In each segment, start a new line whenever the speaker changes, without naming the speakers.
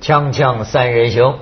锵锵三人行，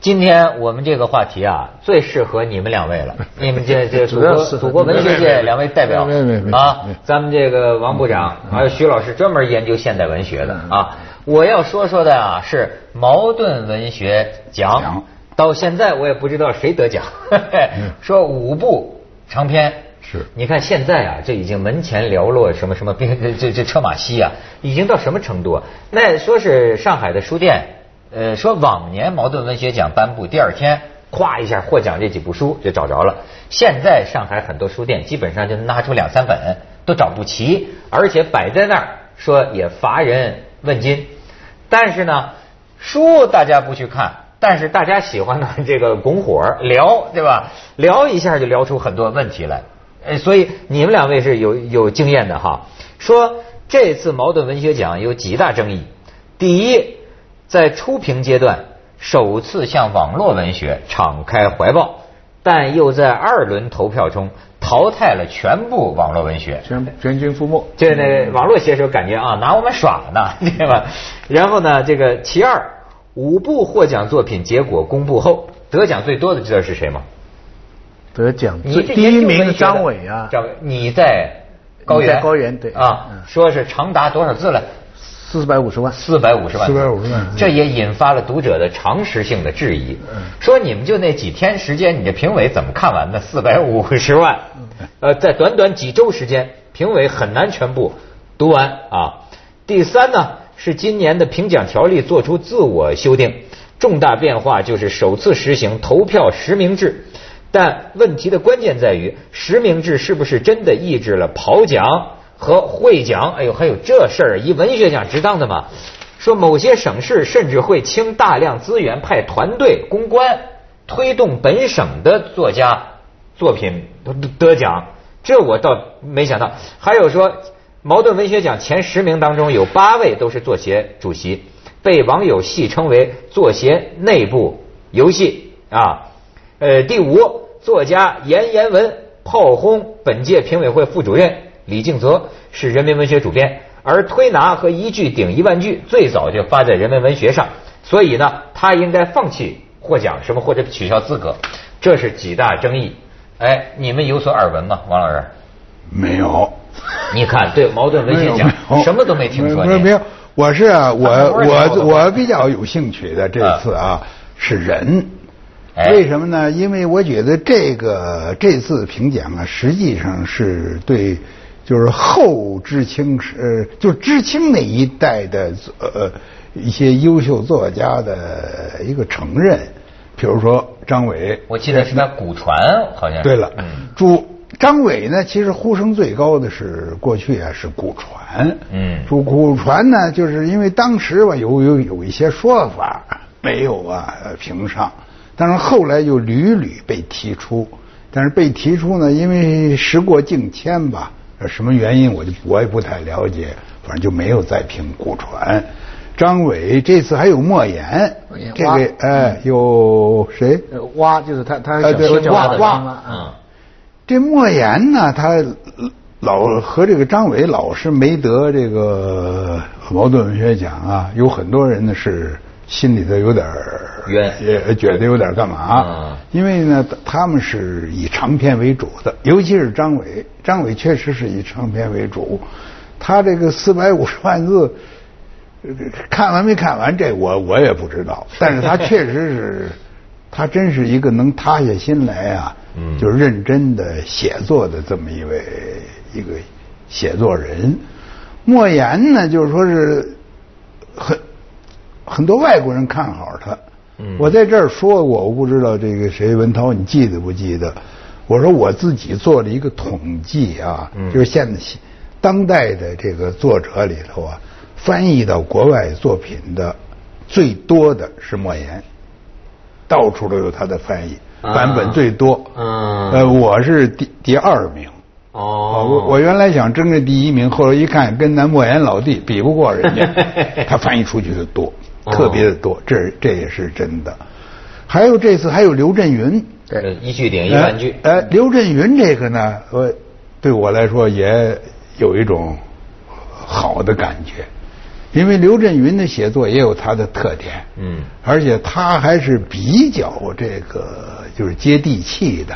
今天我们这个话题啊，最适合你们两位 了。你们这这祖
主要
国
是
祖国文学界两位代表
没没没嗯没
啊
没，
咱们这个王部长还有徐老师专门研究现代文学
嗯
的啊。我要说说的啊是矛盾文学奖
奖，
到现在我也不知道谁得奖。嘿嘿 说五部长篇
是
你看现在啊，这已经门前寥落，什么什么兵，这这这车马稀啊，已经到什么程度啊？那说是上海的书店，呃，说往年茅盾文学奖颁布第二天，咵一下获奖这几部书就找着了。现在上海很多书店基本上就拿出两三本都找不齐，而且摆在那儿说也乏人问津。但是呢，书大家不去看，但是大家喜欢呢 这个拱火儿聊，对吧？聊一下就聊出很多问题来。哎，所以你们两位是有有经验的哈。说这次茅盾文学奖有几大争议，第一，在初评阶段首次向网络文学敞开怀抱，但又在二轮投票中淘汰了全部网络文学。
全全军覆没。
这那网络写手感觉啊，拿我们耍呢，对吧？ 然后呢，这个其二，五部获奖作品结果公布后，得奖最多的知道是谁吗？
得奖
你
最
这
第
研
一
究
名
文
是
学
张
的
伟啊，
张伟，你在高原，
你在高原对
啊
嗯，
说是长达多少字了？
四百五十万。
四百五十万，嗯
450万
这也引发了读者的常识性的质疑，说你们就那几天时间，你这评委怎么看完的？四百五十万，呃，在短短几周时间，评委很难全部读完啊。第三呢，是今年的评奖条例做出自我修订，重大变化就是首次实行投票实名制。但问题的关键在于，实名制是不是真的抑制了跑奖和会奖？哎呦，还有这事儿，一文学奖值当的吗？说某些省市甚至会倾大量资源派团队公关，推动本省的作家作品得得奖，这我倒没想到。还有说，茅盾文学奖前十名当中有八位都是作协主席，被网友戏称为“作协内部游戏”啊。呃，第五，作家严延文炮轰本届评委会副主任李敬泽是人民文学主编，而推拿和一句顶一万句最早就发在人民文学上，所以呢，他应该放弃获奖什么或者取消资格，这是几大争议。哎，你们有所耳闻吗，王老师？
没有，
你看，对茅盾文
没
学
有，
奖
没有
什么都没听说
没有，
您
没有。我是啊，我
咱们不是聊的
我我比较有兴趣的这次啊是人
哎，
为什么呢？因为我觉得这个这次评奖啊，实际上是对就是后知青时呃，就知青那一代的呃一些优秀作家的一个承认，比如说张伟，
我记得是他古传，好像是。
对了
嗯，
朱张伟呢，其实呼声最高的是过去啊，是古传。
嗯
朱古传呢，就是因为当时吧，有有有一些说法没有啊呃评上，但是后来又屡屡被提出，但是被提出呢，因为时过境迁吧，呃什么原因我就我也不太了解，反正就没有再评古传。张伟这次还有莫言
莫言，
这
哇
个哎有谁？
呃蛙就是他，他
呃对
小说叫
蛙
蛙
蛙
蛙嗯
嗯，
这莫言呢，他老和这个张伟老是没得这个茅盾文学奖啊，有很多人呢是心里头有点儿
冤
也觉得有点儿干嘛？
嗯
因为呢，他们是以长篇为主的，尤其是张伟，张伟确实是以长篇为主，他这个四百五十万字。呃看完没看完这我我也不 知道，但是他确实是，他真是一个能塌下心来啊，
嗯
就是认真的写作的这么一位一个写作人。莫言呢，就是说是很很多外国人看好他。
嗯
我在这儿说过，我不知道这个谁文涛，你记得不记得？我说我自己做了一个统计啊，
嗯
就是现在当代的这个作者里头啊，翻译到国外作品的最多的是莫言，到处都有他的翻译
啊
版本最多。
嗯
呃，我是第第二名。
哦
我我原来想争这第一名，后来一看跟咱莫言老弟比不过人 家，他翻译出去的多，
哦
特别的多，这是这也是真的。还有这次还有刘震云，
对，一句顶一万句。
呃，呃刘震云这个呢，呃我对我来说也有一种好的感觉，因为刘震云的写作也有他的特点，
嗯
而且他还是比较这个就是接地气的，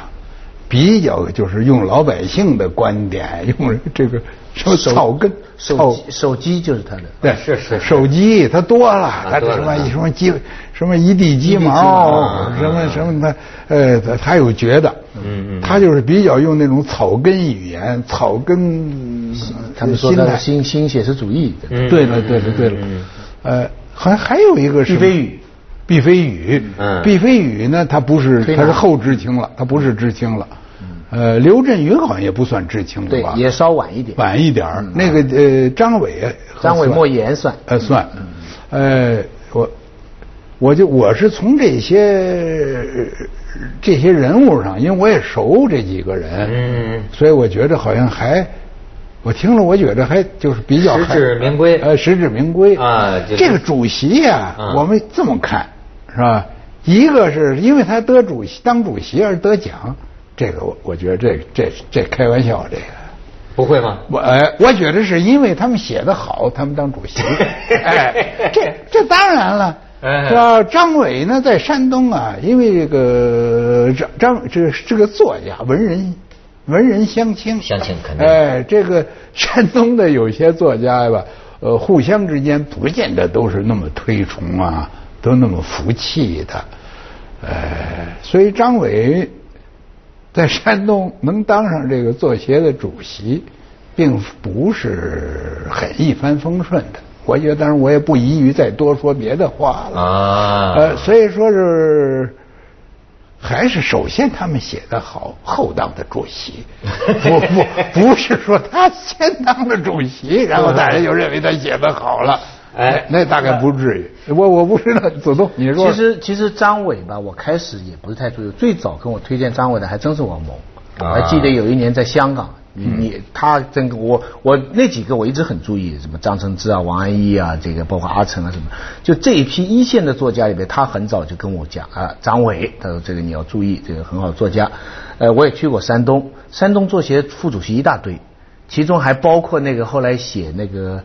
比较就是用老百姓的观点，用这个什么草根
手
草
机手机就是他的，
对，
是是是
手机它多了，它
多了
什么
嗯
什么鸡什么一地鸡毛
毛，
什么
嗯
什么它呃，它它有觉得，
嗯嗯
它就是比较用那种草根语言、草根
他们说
心
他
态
是。新新写实主义的，
嗯
对了，对了，对了
嗯，
呃，好像还有一个是
毕飞宇，
毕飞宇，
嗯
毕飞宇呢，他不是，
推拿
他是后知青了，他不是知青了。呃，刘震云好像也不算知青了
对
吧？，
也稍晚一点。
晚一点儿。那个呃，张伟和
张伟
算
莫言算
呃算，
嗯
呃我我就我是从这些呃这些人物上，因为我也熟这几个人，
嗯
所以我觉得好像还。我听了，我觉得还就是比较
实
还
至名归
呃，实至名归
啊就是
这个主席呀、
啊
我们这么看是吧？一个是因为他得主席当主席而得奖，这个我我觉得这这这开玩笑这个。
不会吗？
我哎，我觉得是因为他们写的好，他们当主 席。哎，这这当然了，
哎
是吧？张伟呢，在山东啊，因为这个张张这这个作家文人文人相轻，
相轻肯定
哎，这个山东的有些作家吧，呃，互相之间不见得都是那么推崇啊，都那么服气的。哎，所以张伟在山东能当上这个作协的主席，并不是很一帆风顺的。我觉得，当然我也不宜于再多说别的话了。
啊
呃，所以说是，还是首先他们写的好，后当的 主席，不不不是说他先当了主席，然后大家就认为他写的好了。
哎
那那大概不至于。我我不知道，子东，你说
其实其实张伟吧，我开始也不是太注意，最早跟我推荐张伟的还真是王蒙。我
啊
还记得有一年在香港，你你他真跟我我那几个我一直很注意，什么张承之啊、王安忆啊，这个包括阿城啊什么，就这一批一线的作家里面，他很早就跟我讲啊，张伟，他说这个你要注意，这个很好的作家。呃，我也去过山东，山东作协副主席一大堆，其中还包括那个后来写那个。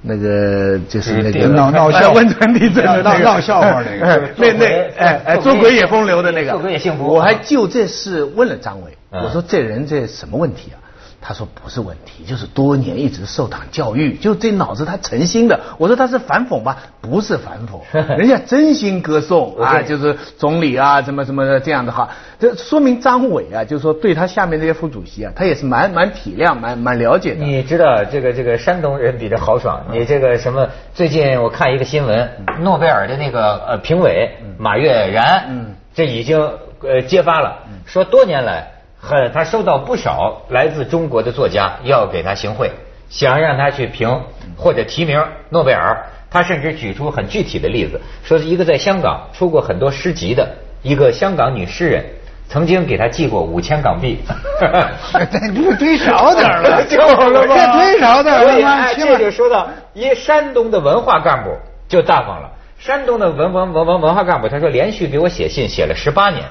那个就是那个
嗯闹 闹笑
哎温存地震的那个
闹闹笑话那 个
哎
就是
那那哎哎，
做
做
鬼
鬼也风流的那个，
做鬼也幸福啊
我还就这事问了张伟，
嗯
我说这人这什么问题啊？他说不是问题，就是多年一直受党教育，就这脑子他诚心的。我说他是反讽吧？不是反 讽，人家真心歌颂啊，
OK
就是总理啊，什么什么的这样的哈。这说明张伟啊，就是说对他下面这些副主席啊，他也是蛮蛮体谅、蛮蛮了解的。嗯
你知道这个这个山东人比这豪爽，你这个什么？最近我看一个新闻，诺贝尔的那个呃评委马悦然，
嗯
这已经呃揭发了，说多年来很他收到不少来自中国的作家要给他行贿，想让他去评
嗯
或者提名诺贝尔。他甚至举出很具体的例子，说是一个在香港出过很多诗集的一个香港女诗人，曾经给他寄过五千港 币。，
这不忒少点儿了
就是了吧？
这忒少点儿
所
了
以
吗
哎，？
起
这
码
就说到一山东的文化干部就大方了。山东的文文文文文化干部，他说连续给我写信，写了十 八年，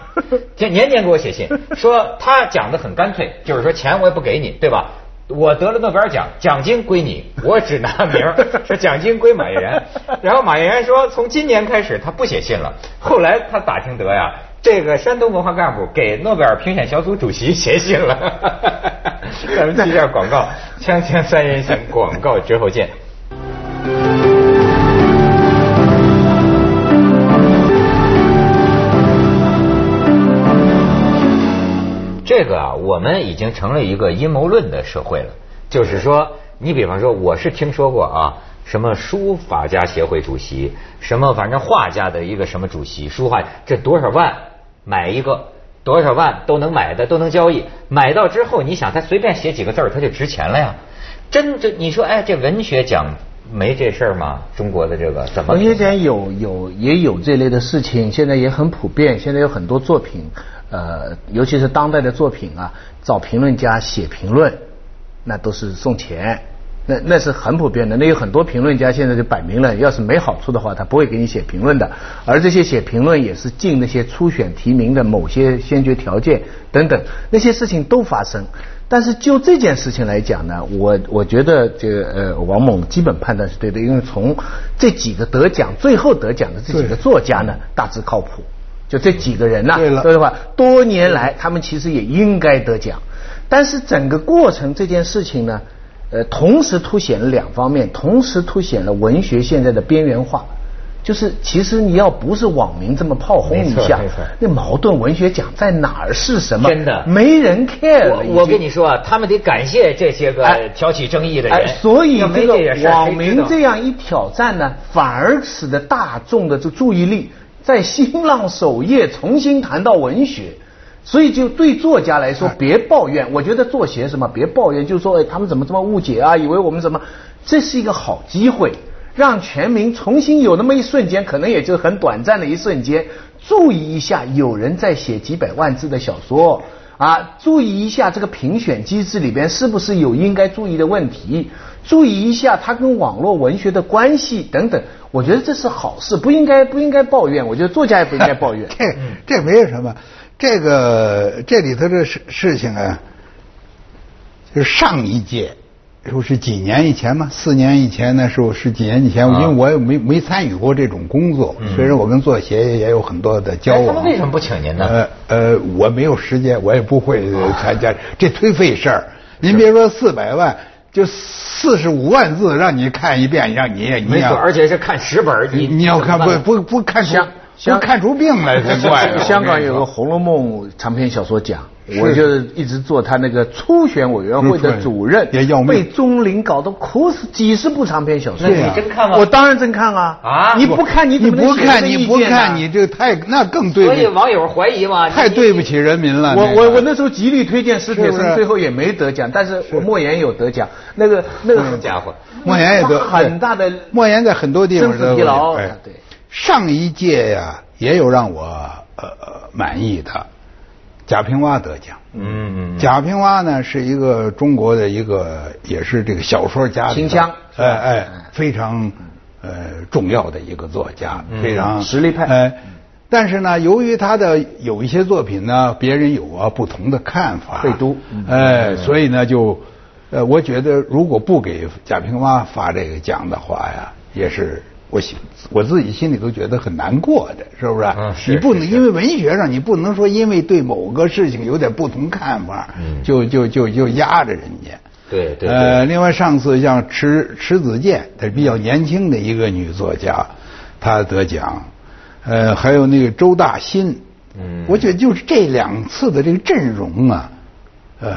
这年年给我写信，说他讲的很干脆，就是说钱我也不给你，对吧？我得了诺贝尔奖，奖金归你，我只拿名儿， 说奖金归马悦然。然后马悦然说，从今年开始他不写信了。后来他打听得呀，这个山东文化干部给诺贝尔评选小组主席写信了。咱们记一下广告，锵锵三人行，广告之后见。这个啊，我们已经成了一个阴谋论的社会了。就是说，你比方说，我是听说过啊，什么书法家协会主席，什么反正画家的一个什么主席，书画这多少万买一个，多少万都能买的，都能交易。买到之后，你想他随便写几个字儿，他就值钱了呀。真这你说，哎，这文学奖没这事儿吗？中国的这个怎么
文
评？
学奖有有也有这类的事情，现在也很普遍。现在有很多作品，呃，尤其是当代的作品啊，找评论家写评论，那都是送钱，那那是很普遍的。那有很多评论家现在就摆明了，要是没好处的话，他不会给你写评论的。而这些写评论也是进那些初选提名的某些先决条件等等，那些事情都发生。但是就这件事情来讲呢，我我觉得这个呃王蒙基本判断是对的，因为从这几个得奖最后得奖的这几个
对
作家呢，大致靠谱。就这几个人呐、
对了。
说实话，多年来他们其实也应该得奖，但是整个过程这件事情呢，呃，同时凸显了两方面，同时凸显了文学现在的边缘化。就是其实你要不是网民这么炮轰一
没错
下
没错，
那矛盾文学奖在哪儿是什么？
真的
没人 care 了已经。
我我跟你说啊，他们得感谢这些个
哎
挑起争议的
哎，
人，
所以
要没
这
这点事
个
儿
网
谁知
民
道
这样一挑战呢，反而使得大众的这注意力在新浪首页重新谈到文学。所以就对作家来说，别抱怨。我觉得作协什么，别抱怨，就是说，哎，他们怎么这么误解啊？以为我们怎么？这是一个好机会，让全民重新有那么一瞬间，可能也就很短暂的一瞬间，注意一下，有人在写几百万字的小说。啊，注意一下这个评选机制里边是不是有应该注意的问题，注意一下它跟网络文学的关系等等。我觉得这是好事，不应该不应该抱怨。我觉得作家也不应该抱怨
这这没有什么，这个这里头的事事情啊，就是上一届，说是几年以前嘛，四年以前的时候是几年以前，
啊
因为我也没没参与过这种工作，
嗯
虽然我跟作协也有很多的交往。
哎他们为什么不请您呢
呃呃，我没有时间，我也不会呃参
啊
加，这忒费事儿。您别说四百万，就四十五万字让你看一遍，让你也你
没
要
错，而且是看十本儿，
你要看不不不看出
香
不
香
看出病来才怪呢。
香港有个《
我
红楼梦》长篇小说奖，
是
我就是一直做他那个初选委员会的主任，
也要命
被钟林搞得苦死，几十部长篇小说。
那你真看吗？
啊我当然真看啊！
啊
你不看你
跟你
怎
说
么
啊
能写出
你不看
个
你
意
不
见啊呢
看你这太那更对
所以
不
网友怀疑嘛，
太
你
对不起人民了。
我
那个
我我那时候极力推荐史铁
是不
生，
是
最后也没得奖，但是我莫言有得奖。那个那个
好家伙，
嗯莫言也得
很大的
莫言在很多地方
政
都
治疲劳
哎
啊对
上一届呀也有让我呃呃满意的，贾平凹得奖。
嗯，
贾平凹呢是一个中国的一个，也是这个小说家里边
秦腔嗯是
哎
吧
哎，非常呃重要的一个作家，
嗯
非常
实力派
哎，但是呢，由于他的有一些作品呢，别人有啊不同的看法，
废都
哎，
嗯
所以呢就，呃，我觉得如果不给贾平凹发这个奖的话呀，也是。我心我自己心里都觉得很难过的，是不是？
嗯是
你不能
是是
因为文学上你不能说因为对某个事情有点不同看法，
嗯
就就就就压着人家。
对对
呃，
对，
另外上次像迟迟子建，她是比较年轻的一个女作家，她得奖。呃，还有那个周大新，
嗯
我觉得就是这两次的这个阵容啊，呃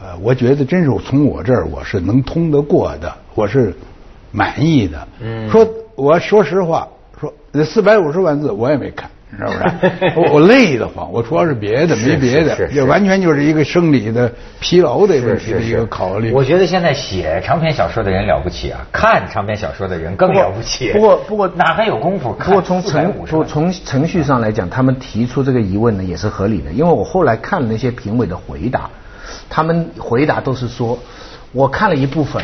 呃，我觉得真是从我这儿我是能通得过的，我是满意的。
嗯
说我说实话，说四百五十万字我也没看，是不是？我我累得慌，我主要是别的没
是
别的
是，是
这完全就是一个生理的疲劳的问
是
题的
是
一
是
个考虑。
我觉得现在写长篇小说的人了不起啊，看长篇小说的人更了不起。啊
不过不过
哪还有功夫看？
不过从程
五
不过从程序上来讲，他们提出这个疑问呢也是合理的，因为我后来看了那些评委的回答，他们回答都是说，我看了一部分，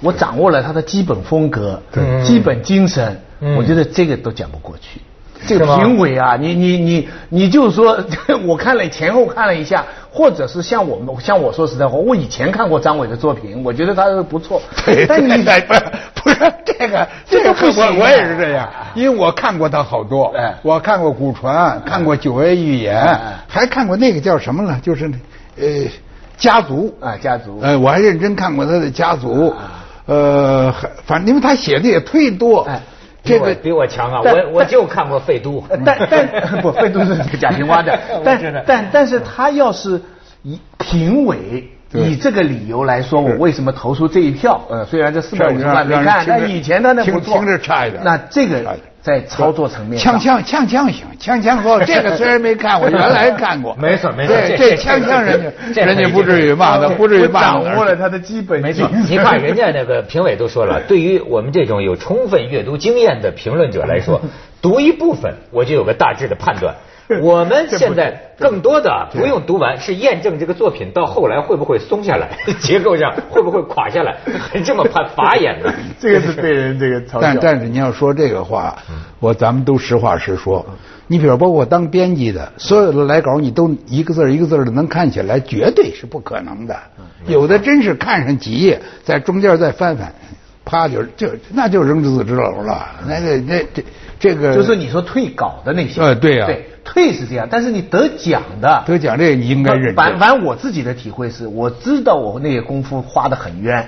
我掌握了他的基本风格、
对
基本精神，
嗯
我觉得这个都讲不过去。这
是
个
吗
评委啊，你你你你就说， 我看了前后看了一下，或者是像我们像我说实在话，我以前看过张伟的作品，我觉得他不错，
对，
但 你
对不是不是这个
这
这
都
个
不行啊
我我也是这样，因为我看过他好多，
哎
我看过《古船》，看过《九月寓言》
哎
还看过那个叫什么了，就是那呃家族，
啊家族
哎、我还认真看过他的家族，呃，还反正因为他写的也忒多，
哎
这
这
个
个
比我强啊！
但
我我就看过《废都》，
但 但不，费都是贾平凹的
我，知道
但但但是他要是以评委。
对
以这个理由来说，我为什么投出这一票？呃，虽然这四
是
百五十万没
让
看，
让人听着
但以前他那不错，
听听着差一点
那这个
差一点
在操作层面上
锵，锵锵锵行，锵锵说这个虽然没看，我原来 看过，
没错没错
对
这
这锵锵人
这
家
这
人家不至于骂他，
对
不至于
我
骂
掌
他
握了他的基本
没
精
错
神。，
你看人家那个评委都说了，对于我们这种 有充分阅读经验的评论者来说，读一部分我就有个大致的判断。我们现在更多的啊不用读完，是验证这个作品到后来会不会松下来，结构上会不会垮下来，这么 判法眼的。
这个是被 人这个嗯嘲笑。
但但是你要说这个话，我咱们都实话实说。你比如包括当编辑
嗯
的，所有的来稿你都一个字儿一个字的能看起来，绝对是不可能的。
嗯
有的真是看上几页，在中间再翻翻，啪就就那就扔自之楼了。那个那这这个
就是你说退稿的那些，
呃对呀
对，退是这样，但是你得奖的，
得奖这个你应该认真
反反正我自己的体会是，我知道我那个功夫花的很冤。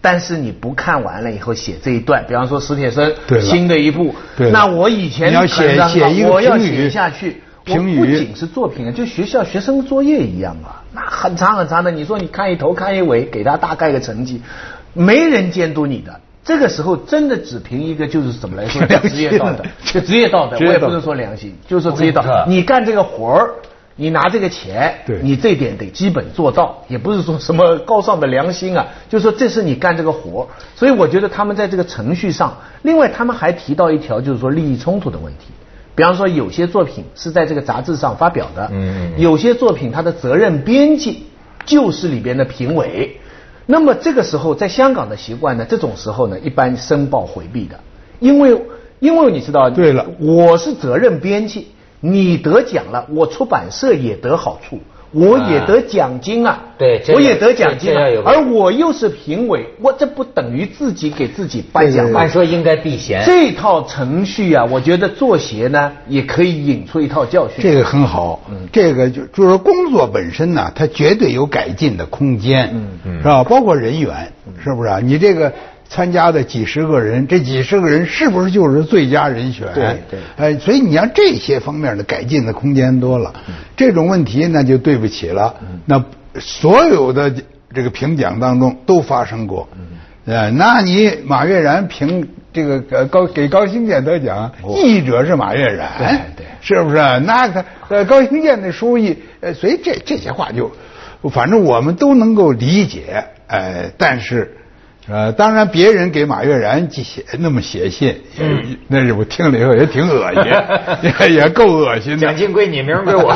但是你不看完了以后写这一段，比方说史铁生
对了
新的一部，
对了
那我以前
你要写
可能
写一个
我要
评语
写下去，我
评语
不仅是作品啊，就学校学生作业一样啊，那很长很长的。你说你看一头看一尾，给他大概个成绩，没人监督你的。这个时候真的只凭一个就是怎么来说叫职业道德，就 职业道德，
职
我也
业道德嗯
不能说良心，就是说职业道
我跟
德
你说。
你干这个活儿，你拿这个钱，
对
你这点得基本做到，也不是说什么高尚的良心啊，就是说这是你干这个活儿。所以我觉得他们在这个程序上，另外他们还提到一条就是说利益冲突的问题。比方说，有些作品是在这个杂志上发表的，
嗯
有些作品它的责任编辑就是里边的评委。那么这个时候，在香港的习惯呢，这种时候呢，一般申报回避的，因为因为你知道，
对了
我是责任编辑，你得奖了，我出版社也得好处，我也得奖金啊，
对这
我也得奖金
这这
啊
要有，
而我又是评委，我这不等于自己给自己颁奖吗
按？说应该避嫌。
嗯这套程序啊，我觉得作协呢也可以引出一套教训。
这个很好，
嗯
这个就就是工作本身呢，它绝对有改进的空间，
嗯
是吧？包括人员，是不是啊？你这个参加的几十个人，这几十个人是不是就是最佳人选？
对对
哎，所以你要这些方面的改进的空间多了，
嗯
这种问题那就对不起了。那所有的这个评奖当中都发生过，
嗯
呃，那你马悦然评这个呃高给高新建得奖，译者是马悦然，
哦对对
是不是？那个呃高新建的书译，呃，所以这这些话就，反正我们都能够理解，呃，但是。呃，当然，别人给马悦然寄写那么写信，也那是我听了以后也挺恶心，也也够恶心的。
奖金归你，名儿归 我。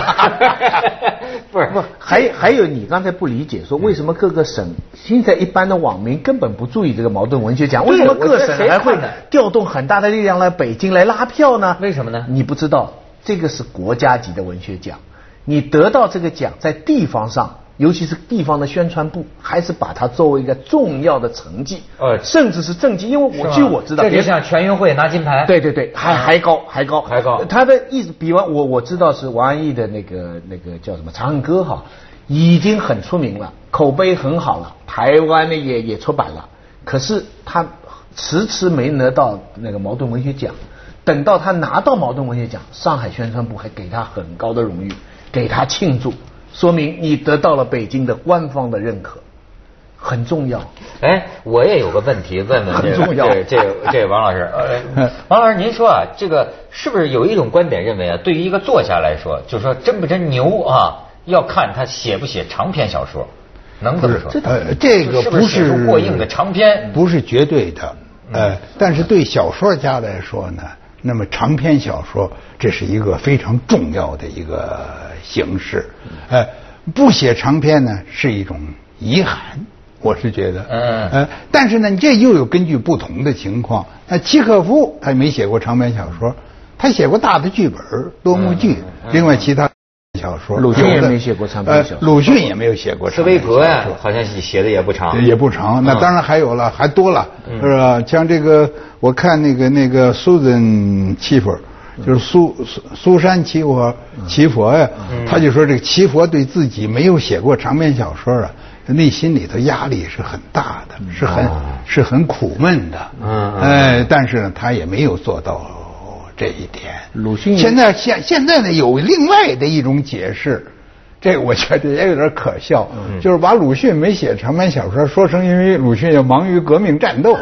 不是，嗯
不，还还有你刚才不理解，说为什么各个省现在一般的网民根本不注意这个矛盾文学奖，
对
为什么
我觉
各
得
省
谁
还会
看呢
调动很大的力量来北京来拉票呢？
为什么呢
你不知道，这个是国家级的文学奖，你得到这个奖，在地方上。尤其是地方的宣传部，还是把它作为一个重要的成绩，
呃
甚至是政绩，因为我据我知道，
这就
别的
像全运会拿金牌。
对对对，还还高，还高，
啊还高
他的意思，比方我我知道是王安忆的那个那个叫什么《长恨歌》哈，已经很出名了，口碑很好了，台湾的也也出版了，可是他迟迟没拿到那个茅盾文学奖。等到他拿到茅盾文学奖，上海宣传部还给他很高的荣誉，给他庆祝，说明你得到了北京的官方的认可，很重要。
哎，我也有个问题问问这
很重要
个这个这这王老师，呃，王老师，您说啊，这个是不是有一种观点认为啊，对于一个作家来说，就说真不真牛啊，要看他写不写长篇小说，能这么说？
呃，这个
是
不
不写
是
出过硬的长篇？嗯
不是绝对的。呃，但是对小说家来说呢，那么长篇小说这是一个非常重要的一个形式。
嗯
呃，不写长篇呢是一种遗憾，我是觉得。
嗯
呃，但是呢，你这又有根据不同的情况。那契诃夫他没写过长篇小说，他写过大的剧本儿多幕剧，
嗯
另外其他小说。
鲁迅也
有的
没写过长篇
呃
小说
鲁迅也没有写过
斯
长
威
篇小说。
格呀、好像写的也不长，
呃
嗯
也不长。那当然还有了，还多了，是吧？像这个，我看那个那个 Susan 齐佛，
嗯
就是苏苏苏珊齐佛齐佛呀，
嗯
他就说这个齐佛对自己没有写过长篇小说啊，内心里头压力是很大的，是很是很苦闷的。
嗯哦嗯嗯
哎，但是呢，他也没有做到这一点。
鲁迅也
现在现现在呢，有另外的一种解释，这个我觉得也有点可笑，
嗯
就是把鲁迅没写长篇小说，说成因为鲁迅要忙于革命 战斗，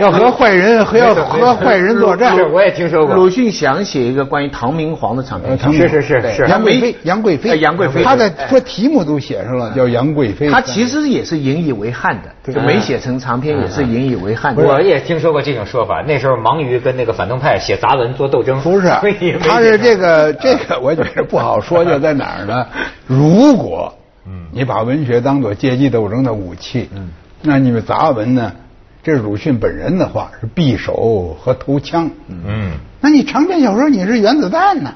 要和坏人和要和坏人作战。
是 我也听说过嗯
鲁迅想写一个关于唐明皇的长篇
呃
小
唐
说，
明
是是是
对
是
他
杨贵
没
妃，杨贵妃，
呃杨贵妃，
他在
哎
说题目都写上了，叫杨贵妃。
他其实也是引以为憾的，就没写成长篇，也啊是引以为憾的。
我也听说过这种说法，那时候忙于跟那个反动派写杂文做斗争，
不是
所以，没
他是
写
这个这个，我觉得不好说，就在哪儿呢？如果你把文学当做阶级斗争的武器，那你们杂文呢？这是鲁迅本人的话，是匕首和头枪。
嗯，
那你长篇小说你是原子弹呢、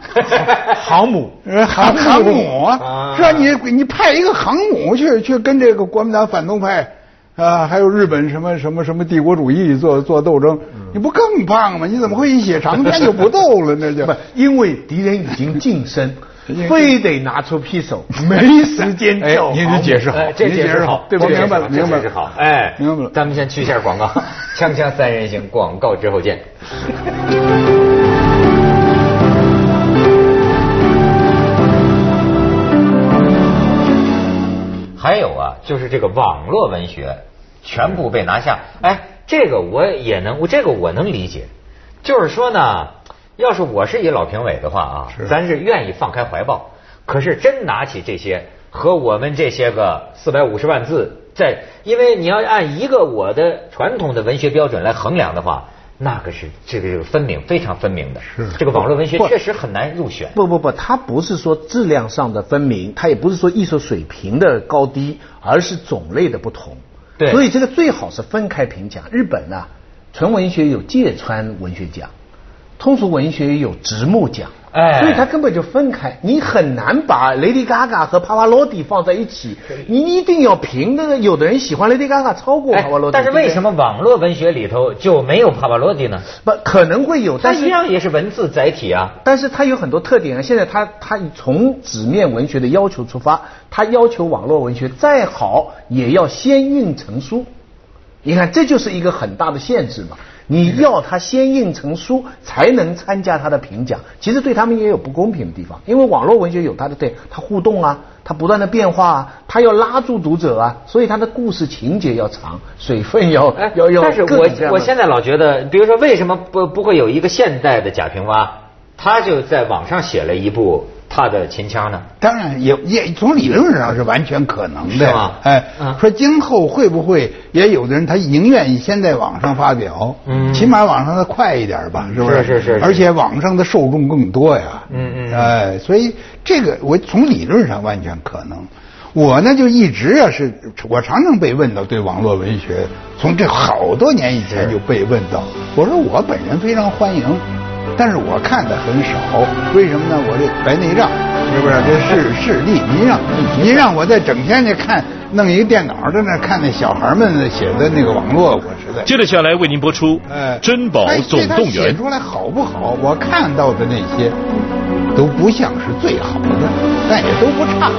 航母
呃航航母
啊
啊，是吧？你你派一个航母去去跟这个国民党反动派，啊，还有日本什么什么什么帝国主义做做斗争，
嗯
你不更棒吗？你怎么会一写长篇就不斗了？那就
不，因为敌人已经近身，非得拿出匕首，没时间叫
哎，您这解释好
哎，这
您
解释好，
对
这
我
解释
明白了，
好
明白
这解释
了，
好，哎，
明白了。
咱们先去一下广 告，锵锵三人行，广告之后见。还有啊，就是这个网络文学全部被拿下，哎，这个我也能，我这个我能理解，就是说呢，要是我是一老评委的话啊，
是
咱是愿意放开怀抱，可是真拿起这些和我们这些个四百五十万字在，因为你要按一个我的传统的文学标准来衡量的话，那个是这个这个分明非常分明的，
是
这个网络文学
不
确实很难入选。
不不不，它不是说质量上的分明，它也不是说艺术水平的高低，而是种类的不同。
对
所以这个最好是分开评奖。日本呢、纯文学有芥川文学奖，通俗文学有直木奖。
哎
所以它根本就分开，你很难把 Lady Gaga 和帕瓦罗蒂放在一起，你一定要评那个。有的人喜欢 Lady Gaga 超过帕
哎
瓦罗蒂，，
但是为什
么
么网络文学里头就没有帕瓦罗蒂呢？
不可能会有？
它
但
一
是
样也是文字载体啊。
但是它有很多特点啊。现在它它从纸面文学的要求出发，它要求网络文学再好也要先印成书。你看，这就是一个很大的限制嘛。你要它先印成书才能参加它的评奖，其实对他们也有不公平的地方，因为网络文学有它的对它互动啊，它不断的变化啊，它要拉住读者啊，所以它的故事情节要长，水分要
哎
要要
但是
各种各样的。
我我现在老觉得，比如说为什么不不会有一个现代的贾平凹，他就在网上写了一部他的秦腔呢？
当然也也从理论上是完全可能的，
是吗
哎
嗯，
说今后会不会也有的人他宁愿先在网上发表，
嗯
起码网上的快一点吧，是不
是是是是
而且网上的受众更多呀，
嗯嗯嗯
哎，所以这个我从理论上完全可能。我呢就一直啊是，我常常被问到对网络文学，从这好多年以前就被问到，我说我本人非常欢迎。但是我看的很少，为什么呢？我这白内障，是不是？这视视力，您让您让我在整天的看，弄一个电脑在那看那小孩们写的那个网络，我实在
接着下来为您播出
哎
《珍宝
哎
总
这他
动
写
员》。
出来好不好？我看到的那些都不像是最好的，但也都不差。